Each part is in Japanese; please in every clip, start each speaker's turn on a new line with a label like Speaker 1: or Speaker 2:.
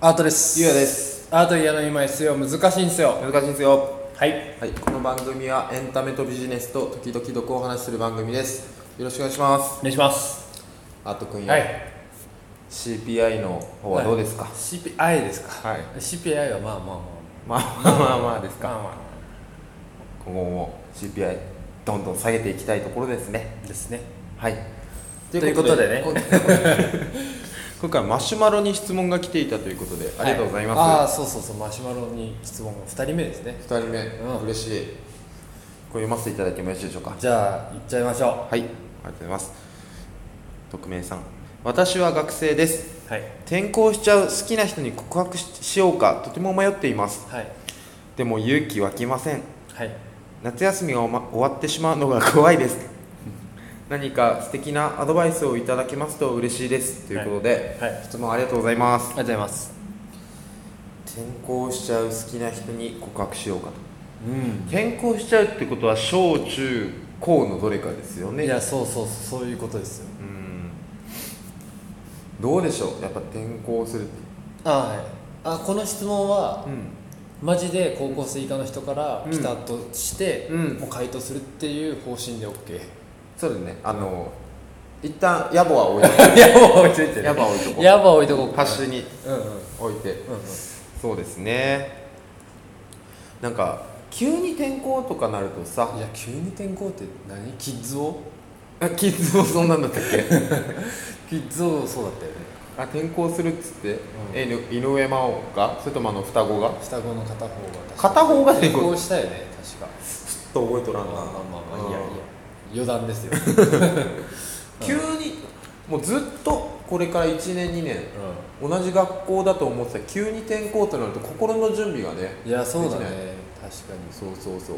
Speaker 1: アートです
Speaker 2: ゆうやです
Speaker 1: アート嫌の今 SEO 難しいんすよ
Speaker 2: 難しいんですよ
Speaker 1: はい
Speaker 2: はいこの番組はエンタメとビジネスと時々どこをお話しする番組ですよろしくお願いします
Speaker 1: お願いします
Speaker 2: あとくんや、
Speaker 1: はい
Speaker 2: CPI の方はどうですか
Speaker 1: CPI ですか
Speaker 2: はい
Speaker 1: CPI はまあまあま
Speaker 2: まあまあまあまあです
Speaker 1: あま
Speaker 2: か
Speaker 1: あま
Speaker 2: 今後も CPI どんどん下げていきたいところですね
Speaker 1: あですね
Speaker 2: はい
Speaker 1: ということでね
Speaker 2: ということ で今回はマシュマロに質問が来ていたということでありがとうございます、
Speaker 1: はああそうそうそうマシュマロに質問が2人目ですね
Speaker 2: 2人目、
Speaker 1: うん
Speaker 2: 嬉しいこれ読ませていただいてもよろしいでしょうか
Speaker 1: じゃあ行っちゃいましょ
Speaker 2: はいありがとうございます匿名さん私は学生です
Speaker 1: うはい
Speaker 2: 転校しちゃう好きな人に告白ししようかとても迷っています
Speaker 1: はい
Speaker 2: でも勇気湧きません
Speaker 1: はい
Speaker 2: 夏休みがおま終わってしまうのが怖いです 何か素敵なアドバイスをいただけますと嬉しいですということで、
Speaker 1: はいはい
Speaker 2: 質問ありがとうございます
Speaker 1: ありがとうございます
Speaker 2: 転校しちゃう好きな人に告白しようかと
Speaker 1: うん
Speaker 2: 転校しちゃうってことは小中高のどれかですよね
Speaker 1: いやそうそうそうそういうことですよ
Speaker 2: うんどうでしょうやっぱ転校するって
Speaker 1: あはいあこの質問は
Speaker 2: うん
Speaker 1: マジで高校生以下の人から来たとして、
Speaker 2: うん
Speaker 1: もう回答するっていう方針で OK
Speaker 2: そうだねあの一旦野暮は 置いとこ
Speaker 1: いやば置いといて
Speaker 2: う
Speaker 1: ね
Speaker 2: 野暮は置いとこう
Speaker 1: やば置いとこうか
Speaker 2: 端に
Speaker 1: うんうんうんうん
Speaker 2: 置いてそうですねなんか急に転校とかなるとさ
Speaker 1: いや急に転校って何キッ ズを
Speaker 2: あキッズもそんなんだったっけ
Speaker 1: キッズをそうだったよね
Speaker 2: あ転校するっつって、えぬ井上真央がそれともあの双子が
Speaker 1: 双子の片方が
Speaker 2: 片方が
Speaker 1: 転
Speaker 2: 転
Speaker 1: 校
Speaker 2: 校
Speaker 1: したよね確か
Speaker 2: ちょっと覚えとらんな
Speaker 1: まあまあまあまあいや
Speaker 2: うん
Speaker 1: いや余談ですよ、うん、
Speaker 2: 急にもうずっとこれから1年2年同じ学校だと思ってた急に転校となると心の準備がね
Speaker 1: いやそうだね
Speaker 2: できな
Speaker 1: 確か
Speaker 2: そうそうそう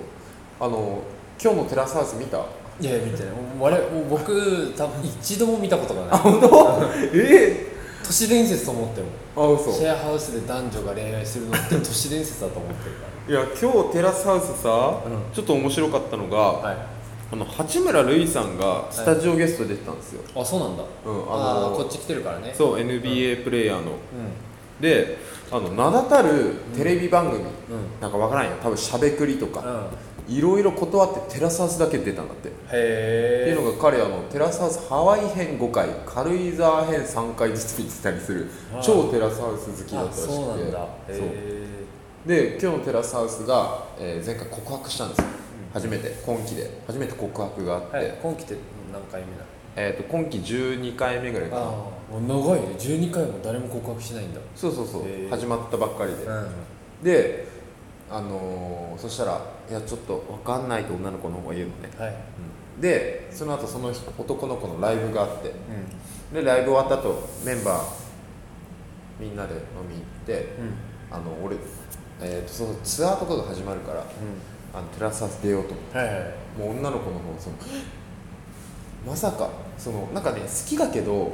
Speaker 2: あの今日のテラスハウス見た
Speaker 1: にいや見てないもう我々もう僕多分一度も見たことがない
Speaker 2: 本当ええ
Speaker 1: 都市伝説と思っても
Speaker 2: あ嘘
Speaker 1: シェアハウスで男女が恋愛するのって都市伝説だと思ってるか
Speaker 2: いや今日テラスハウスさ、
Speaker 1: うん
Speaker 2: ちょっと面白かったのが、
Speaker 1: らはい
Speaker 2: あの八村塁さんがスタジオゲストで出てたんですよ、
Speaker 1: あそうなんだ、
Speaker 2: うんあ
Speaker 1: あ
Speaker 2: の
Speaker 1: あこっち来てるからねう
Speaker 2: そう NBA プレイヤーの、
Speaker 1: う
Speaker 2: であの名だたるテレビ番組、
Speaker 1: んうん
Speaker 2: なんかわからんよ多分しゃべくりとか、
Speaker 1: うん
Speaker 2: いろいろ断ってテラスハウスだけ出たんだって
Speaker 1: へえ
Speaker 2: っていうのが彼あのテラスハウスハワイ編5回軽井沢編3回ずつ見てたりする
Speaker 1: あー
Speaker 2: 超テラスハウス好きだったらしくて
Speaker 1: そうなんだ
Speaker 2: そう
Speaker 1: へ
Speaker 2: で今日のテラスハウスが、えー前回告白したんですよ、初めて今期で初めて告白があっ
Speaker 1: え
Speaker 2: て、
Speaker 1: はい今期って何回目だ
Speaker 2: えー、と今期12回目ぐらいかな
Speaker 1: ああ長いね12回も誰も告白しないんだ
Speaker 2: そうそうそう、
Speaker 1: へー
Speaker 2: 始まったばっかりで、
Speaker 1: うん
Speaker 2: であのーそしたら「いやちょっと分かんない」と女の子の方が言うのね、
Speaker 1: はい
Speaker 2: でその後その男の子のライブがあって、
Speaker 1: うん
Speaker 2: でライブ終わった後メンバーみんなで飲み行って
Speaker 1: うん
Speaker 2: あの俺、えー、とそのツアーとかが始まるからあのテラスハウス出ようと思
Speaker 1: うんはいはい
Speaker 2: ってもう女の子の方その まさかそのなんかね好きだけど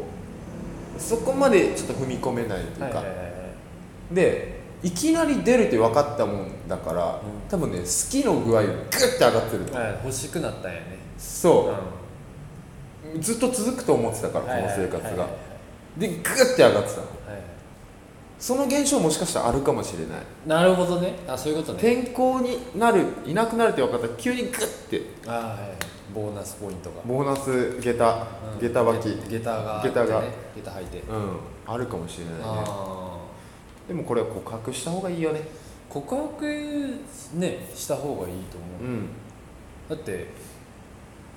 Speaker 2: そこまでちょっと踏み込めないというか、
Speaker 1: はいはいはいはい
Speaker 2: でいきなり出るって分かったもんだから、
Speaker 1: うん
Speaker 2: 多分ね好きの具合がグッて上がってる、
Speaker 1: はい欲しくなったんやね
Speaker 2: そうう、ずっと続くと思ってたから
Speaker 1: ん
Speaker 2: この生活が、
Speaker 1: はい
Speaker 2: でグッて上がってたの
Speaker 1: はいはいはい
Speaker 2: その現象もしかしたらあるかもしれない
Speaker 1: なるほどねあそういうことね
Speaker 2: 転校になるいなくなるって分かったら急にグッて
Speaker 1: ああはいボーナスポイントが
Speaker 2: ボーナス下駄
Speaker 1: うん
Speaker 2: 下駄履き、うん
Speaker 1: げ下駄が
Speaker 2: 下駄が
Speaker 1: あってね下駄履いて
Speaker 2: あるかもしれないね
Speaker 1: ああ
Speaker 2: でもこれは告白した方がいいよね
Speaker 1: 告白ねした方がいいと思う、
Speaker 2: うん
Speaker 1: だって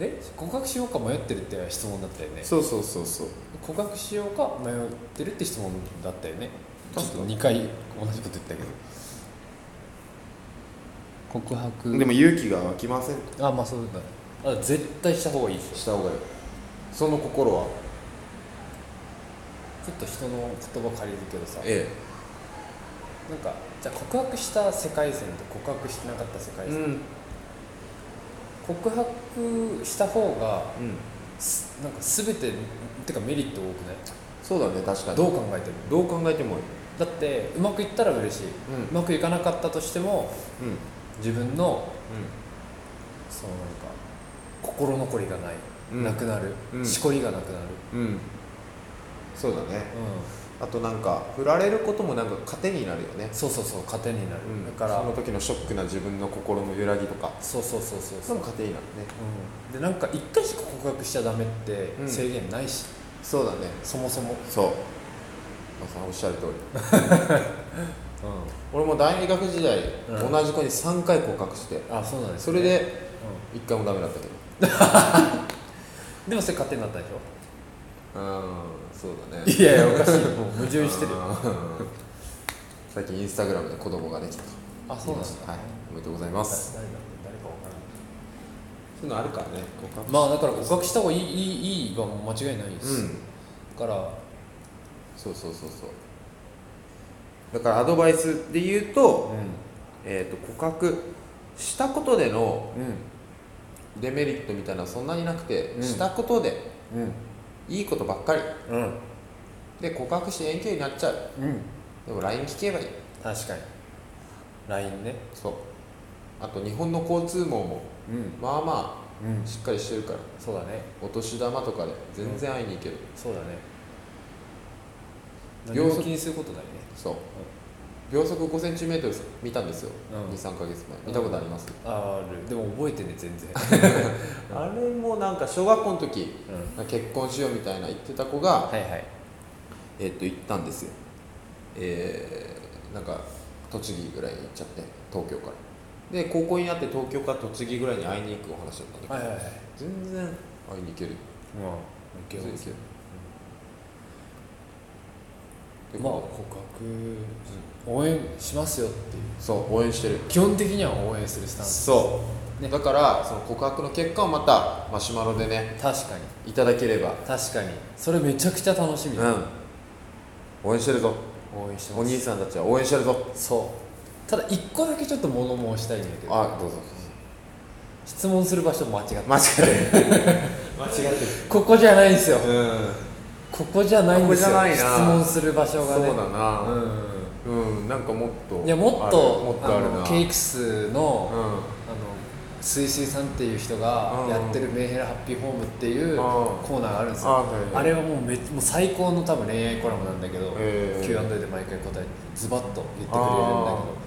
Speaker 1: え告白しようか迷ってるって質問だったよね
Speaker 2: そうそうそうそう
Speaker 1: 告白しようか迷ってるって質問だったよねちょ
Speaker 2: 確
Speaker 1: っ
Speaker 2: か
Speaker 1: と2回同じこと言ったけど告白
Speaker 2: でも勇気が湧きません
Speaker 1: あまあそうだねあ絶対した方がいいですよ
Speaker 2: した方がいいその心は
Speaker 1: ちょっと人の言葉借りるけどさ
Speaker 2: え
Speaker 1: なんかじゃあ告白した世界線と告白してなかった世界
Speaker 2: う
Speaker 1: 線、
Speaker 2: ん
Speaker 1: 告白した方が
Speaker 2: うん
Speaker 1: すなんか全てってかメリット多くない
Speaker 2: そうだね確かに
Speaker 1: ど
Speaker 2: ど
Speaker 1: う
Speaker 2: う
Speaker 1: 考えてる
Speaker 2: どう考えてもいい
Speaker 1: だってうまくいったら嬉しい、
Speaker 2: うん
Speaker 1: うまくいかなかったとしても
Speaker 2: うんうん
Speaker 1: 自分のそのなんか心残りがない、
Speaker 2: うん
Speaker 1: なくなる、
Speaker 2: うん
Speaker 1: しこりがなくなる、
Speaker 2: うんそうだね
Speaker 1: う
Speaker 2: あとなんか振られることもなんか糧になるよね、
Speaker 1: そうそうそう糧になる、
Speaker 2: うん、
Speaker 1: だから
Speaker 2: その時のショックな自分の心の揺らぎとか
Speaker 1: そうそうそうそう
Speaker 2: それも糧になるね
Speaker 1: うん、でなんか1回しか告白しちゃダメって
Speaker 2: うん
Speaker 1: 制限ないし、
Speaker 2: そうだね
Speaker 1: そもそも、
Speaker 2: そうまさんおっしゃる通り俺も大学時代、
Speaker 1: うん
Speaker 2: 同じ子に3回告白して
Speaker 1: あそうなんです、
Speaker 2: そ
Speaker 1: ね、
Speaker 2: れで1回もダメだったけど
Speaker 1: うん、でもそれ勝手になったでし
Speaker 2: うんそうだね
Speaker 1: ょいやいやおかし い もう矛盾してるよ
Speaker 2: うん最近インスタグラムで子供ができたと
Speaker 1: あそうなんです
Speaker 2: はいおめでとうございます
Speaker 1: 誰だって誰かわからな
Speaker 2: そういうのあるからね告白
Speaker 1: いまあだから告白した方がいいいいいいは間違いないで
Speaker 2: う
Speaker 1: す、
Speaker 2: ん
Speaker 1: だから
Speaker 2: そうそうそうそうだからアドバイスで言うと,、
Speaker 1: う
Speaker 2: えー、と告白したことでの
Speaker 1: ん
Speaker 2: デメリットみたいなのはそんなになくて、
Speaker 1: うん
Speaker 2: したことで
Speaker 1: うん
Speaker 2: いいことばっかり
Speaker 1: うんうん
Speaker 2: で告白して遠距離になっちゃう
Speaker 1: うん
Speaker 2: でも LINE 聞けばいい
Speaker 1: 確かに LINE ね
Speaker 2: そうあと日本の交通網も
Speaker 1: うん
Speaker 2: まあま
Speaker 1: うん
Speaker 2: あしっかりしてるから
Speaker 1: そうだね
Speaker 2: お年玉とかで全然会いに行ける、
Speaker 1: そうだね
Speaker 2: 秒
Speaker 1: 何
Speaker 2: 速
Speaker 1: も気にすることないね
Speaker 2: そう秒速 5cm 見たんですよ、
Speaker 1: うん
Speaker 2: 23か月前
Speaker 1: ん
Speaker 2: 見たことあります、
Speaker 1: あるでも覚えてね全然
Speaker 2: あれもなんか小学校の時
Speaker 1: うん
Speaker 2: 結婚しようみたいな言ってた子が、
Speaker 1: はいはい
Speaker 2: えっと行ったんですよえー、なんか栃木ぐらいに行っちゃって東京からで高校になって東京から栃木ぐらいに会いに行くお話だったんだけど、
Speaker 1: はいはいはい
Speaker 2: 全然会いに行ける
Speaker 1: うん
Speaker 2: 全然行ける、
Speaker 1: まあ告白応援しますよっていう
Speaker 2: そう応援してる
Speaker 1: 基本的には応援するスタンス
Speaker 2: そう、
Speaker 1: ね
Speaker 2: だからその告白の結果をまたマシュマロでね
Speaker 1: 確かに
Speaker 2: いただければ
Speaker 1: 確かにそれめちゃくちゃ楽しみだ、
Speaker 2: うん応援してるぞ
Speaker 1: 応援して
Speaker 2: お
Speaker 1: ま
Speaker 2: 兄
Speaker 1: す
Speaker 2: さんたちは応援してるぞ
Speaker 1: そうただ一個だけちょっと物申したいんだけど
Speaker 2: あどうぞ
Speaker 1: 質問する場所間違って
Speaker 2: 間違ってる間違っ
Speaker 1: ここじゃないんですよ
Speaker 2: てるうん
Speaker 1: ここじゃないんですよ
Speaker 2: ここじゃないな
Speaker 1: 質問する場所がね
Speaker 2: そうだな
Speaker 1: うんうん
Speaker 2: うんなんかもっ
Speaker 1: う
Speaker 2: と
Speaker 1: んいやもっ
Speaker 2: ある
Speaker 1: と
Speaker 2: もっとある
Speaker 1: の
Speaker 2: な
Speaker 1: ケイクスの、
Speaker 2: う
Speaker 1: あの
Speaker 2: ん
Speaker 1: スイスイさんっていう人が
Speaker 2: うん
Speaker 1: やってるメンヘラハッピーホームっていう
Speaker 2: うん
Speaker 1: コーナーがあるんですよ
Speaker 2: あはいはい
Speaker 1: あれはもうめもう最高の多分恋愛コラムなんだけど、
Speaker 2: ええ
Speaker 1: Q&A で毎回答えてズバッと言ってくれるんだけ
Speaker 2: あ
Speaker 1: ど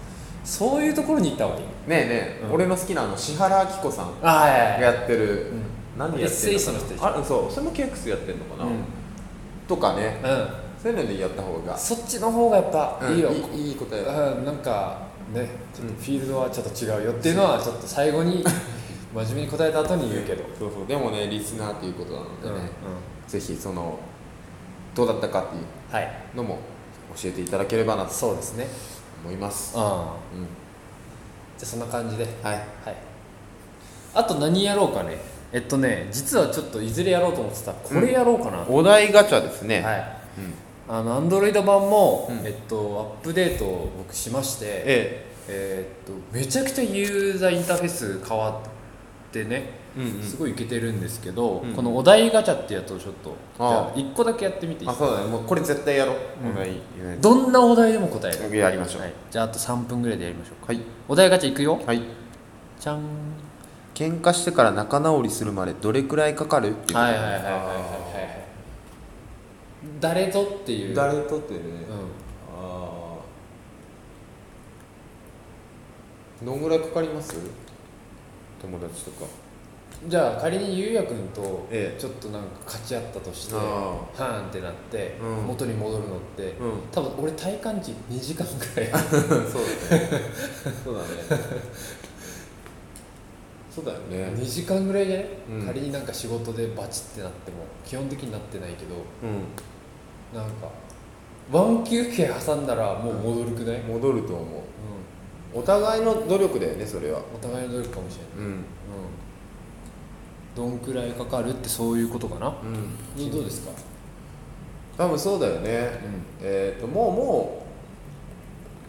Speaker 1: そういうところに行った方がいい
Speaker 2: ねえねえ、
Speaker 1: うん
Speaker 2: 俺の好きなあの石原明子さん
Speaker 1: ああはい
Speaker 2: が
Speaker 1: はいはい
Speaker 2: やってる、
Speaker 1: うん
Speaker 2: 何やってる
Speaker 1: エッセイストの人でしょ
Speaker 2: あそうそれもケークスやってるのかな、
Speaker 1: うん
Speaker 2: とかね
Speaker 1: う
Speaker 2: そういうのでやった方が
Speaker 1: ん、そっちの方がやっぱいいよ、
Speaker 2: うんいいいい答えだ
Speaker 1: うんなんかねちょっとフィールドはちょっと違うよっていうのはちょっと最後に 真面目に答えた後に言うけど、
Speaker 2: そうそうでもねリスナーっていうことなので
Speaker 1: うん
Speaker 2: ね
Speaker 1: うん、
Speaker 2: ぜひそのどうだったかっていう
Speaker 1: はい
Speaker 2: のも教えていただければなと
Speaker 1: そうですね
Speaker 2: 思います、
Speaker 1: うんじゃ
Speaker 2: うん、
Speaker 1: あそんな感じで
Speaker 2: はい
Speaker 1: はいあと何やろうかねえっとね実はちょっといずれやろうと思ってたこれやろうかな、
Speaker 2: お題ガチャですね、
Speaker 1: はい
Speaker 2: うん、
Speaker 1: あのアンドロイド版も、
Speaker 2: うん
Speaker 1: えっとアップデートを僕しまして
Speaker 2: え
Speaker 1: えーっとめちゃくちゃユーザーインターフェース変わってね
Speaker 2: え、うん
Speaker 1: すごいいけてるんですけど、
Speaker 2: うん
Speaker 1: このお題ガチャってやつをちょっとじ
Speaker 2: あ
Speaker 1: ゃ
Speaker 2: あ
Speaker 1: あ1個だけやってみていい
Speaker 2: あ
Speaker 1: ですか
Speaker 2: そうだねもうこれ絶対やろう、
Speaker 1: うん
Speaker 2: お題ね
Speaker 1: どんなお題でも答える
Speaker 2: やりましょう
Speaker 1: はい、じゃああと3分ぐらいでやりましょう
Speaker 2: はい
Speaker 1: お題ガチャいくよ
Speaker 2: はい
Speaker 1: じゃん
Speaker 2: 喧嘩してから仲直りするまでどれくらいかかるっていう
Speaker 1: はいはいはいはいはいはい誰とっていう
Speaker 2: 誰とってね、
Speaker 1: うん
Speaker 2: ああどんぐらいかかります友達とか
Speaker 1: じゃあ仮にゆうやくんと
Speaker 2: ええ
Speaker 1: ちょっとなんか勝ち合ったとして、
Speaker 2: あ
Speaker 1: は
Speaker 2: あ
Speaker 1: ーんってなって、
Speaker 2: うん
Speaker 1: 元に戻るのって、
Speaker 2: うん
Speaker 1: 多分俺体感値2時間ぐらい
Speaker 2: そうだねそうだね そうだよね
Speaker 1: 2時間ぐらいじゃない、
Speaker 2: うん
Speaker 1: 仮になんか仕事でバチってなっても基本的になってないけど
Speaker 2: う
Speaker 1: なんかワン休憩挟んだらもう戻るくない、うん
Speaker 2: ん戻ると思うお互いの努力だよねそれは
Speaker 1: お互いの努力かもしれない、
Speaker 2: うん
Speaker 1: うん、どんくらいかかるってそういうことかな
Speaker 2: うん
Speaker 1: どどうですか、
Speaker 2: 多分そうだよね
Speaker 1: う
Speaker 2: えっ、とも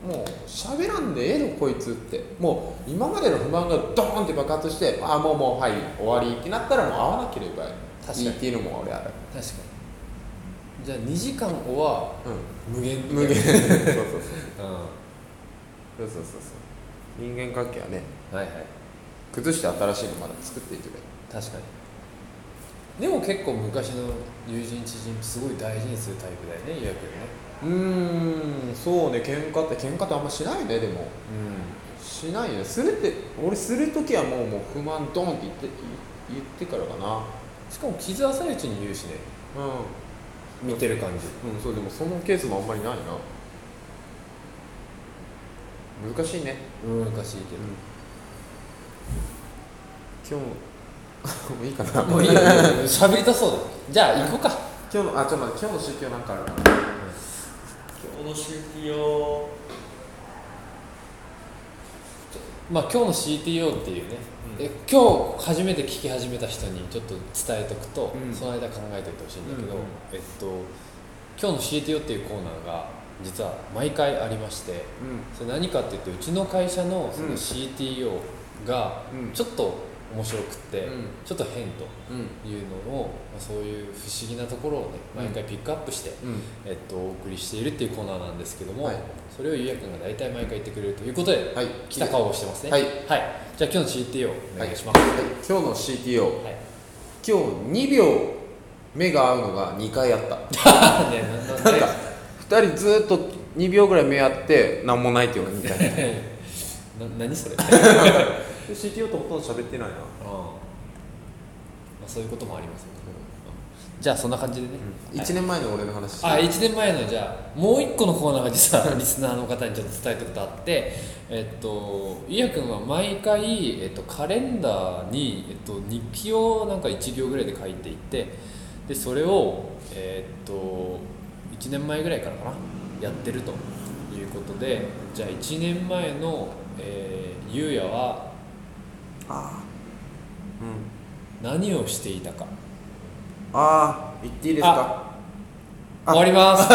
Speaker 2: うもうもう喋らんでええのこいつってもう今までの不満がドーンって爆発してああもうもうはい終わりってなったらもう会わなければい
Speaker 1: 確か
Speaker 2: い
Speaker 1: に
Speaker 2: っていうのも俺ある
Speaker 1: ん、確かにじゃあ2時間後は
Speaker 2: う
Speaker 1: 無限みたい
Speaker 2: ん
Speaker 1: な
Speaker 2: 無限そうそうそう
Speaker 1: う
Speaker 2: そうそうそうそう人間関係はね
Speaker 1: んはいはい
Speaker 2: 崩して新しいのまだ作っていけばいい
Speaker 1: 確かにでも結構昔の友人知人すごい大事にするタイプだよね予約ね
Speaker 2: うーんそうね喧嘩って喧嘩ってあんましないねでも
Speaker 1: う
Speaker 2: しないねするって俺する時はもうもう不満ドンって言って言ってからかなうん
Speaker 1: んしかも傷浅いうちに言うしね見てる感じ
Speaker 2: うん、そうでもそのケースもあんまりないな難しいね、
Speaker 1: うん難しいけ
Speaker 2: 今日も もういいかな
Speaker 1: どもういいよいいよ喋りたそうだじゃあ行こうか
Speaker 2: 今日のあちょっと待って今日の宗教なんかあるかな
Speaker 3: 今日の宗教
Speaker 1: まあ今日の CTO っていうね、
Speaker 2: うん
Speaker 1: え今日初めて聞き始めた人にちょっと伝えとくと、
Speaker 2: うん
Speaker 1: その間考えておいてほしいんだけ
Speaker 2: うん
Speaker 1: ど、
Speaker 2: うん
Speaker 1: えっと今日の CTO っていうコーナーが実は毎回ありましてそれ何かっていうとうちの会社のその
Speaker 2: うん
Speaker 1: CTO が
Speaker 2: うんうん
Speaker 1: ちょっと面白くって、
Speaker 2: うん
Speaker 1: ちょっと変と
Speaker 2: うん
Speaker 1: いうのを、まあ、そういう不思議なところをね
Speaker 2: うん
Speaker 1: 毎回ピックアップして、
Speaker 2: うん
Speaker 1: えっと、お送りしているっていうコーナーなんですけども、
Speaker 2: はい
Speaker 1: それをゆうやくんが大体毎回言ってくれるということで、
Speaker 2: はい
Speaker 1: 来た顔をしてますね
Speaker 2: はい
Speaker 1: じゃあ今日の CTO お願いしま
Speaker 2: はい、今日の CTO
Speaker 1: すはい
Speaker 2: 今日2秒目が合うのが2回あった
Speaker 1: あ ねなんなん
Speaker 2: なんか2人ずっと2秒ぐらい目合って何もないっていうのが2回
Speaker 1: でな何それ うん
Speaker 2: CTO とほとんど喋ってないな
Speaker 1: まあそういうこともありますよね、うんじゃあそんな感じでね、はい
Speaker 2: 1年前の俺の話して
Speaker 1: あ1年前のじゃあもう1個のコーナーが実は リスナーの方にちょっと伝えたことあってえっと伊く君は毎回、えっと、カレンダーに、えっと、日記をなんか1行ぐらいで書いていてでそれをえっと1年前ぐらいからかなやってるということでじゃあ1年前の、えー、ゆうやは
Speaker 2: あーうん
Speaker 1: 何をしていたか
Speaker 2: ああ言っていいですか
Speaker 1: 終わります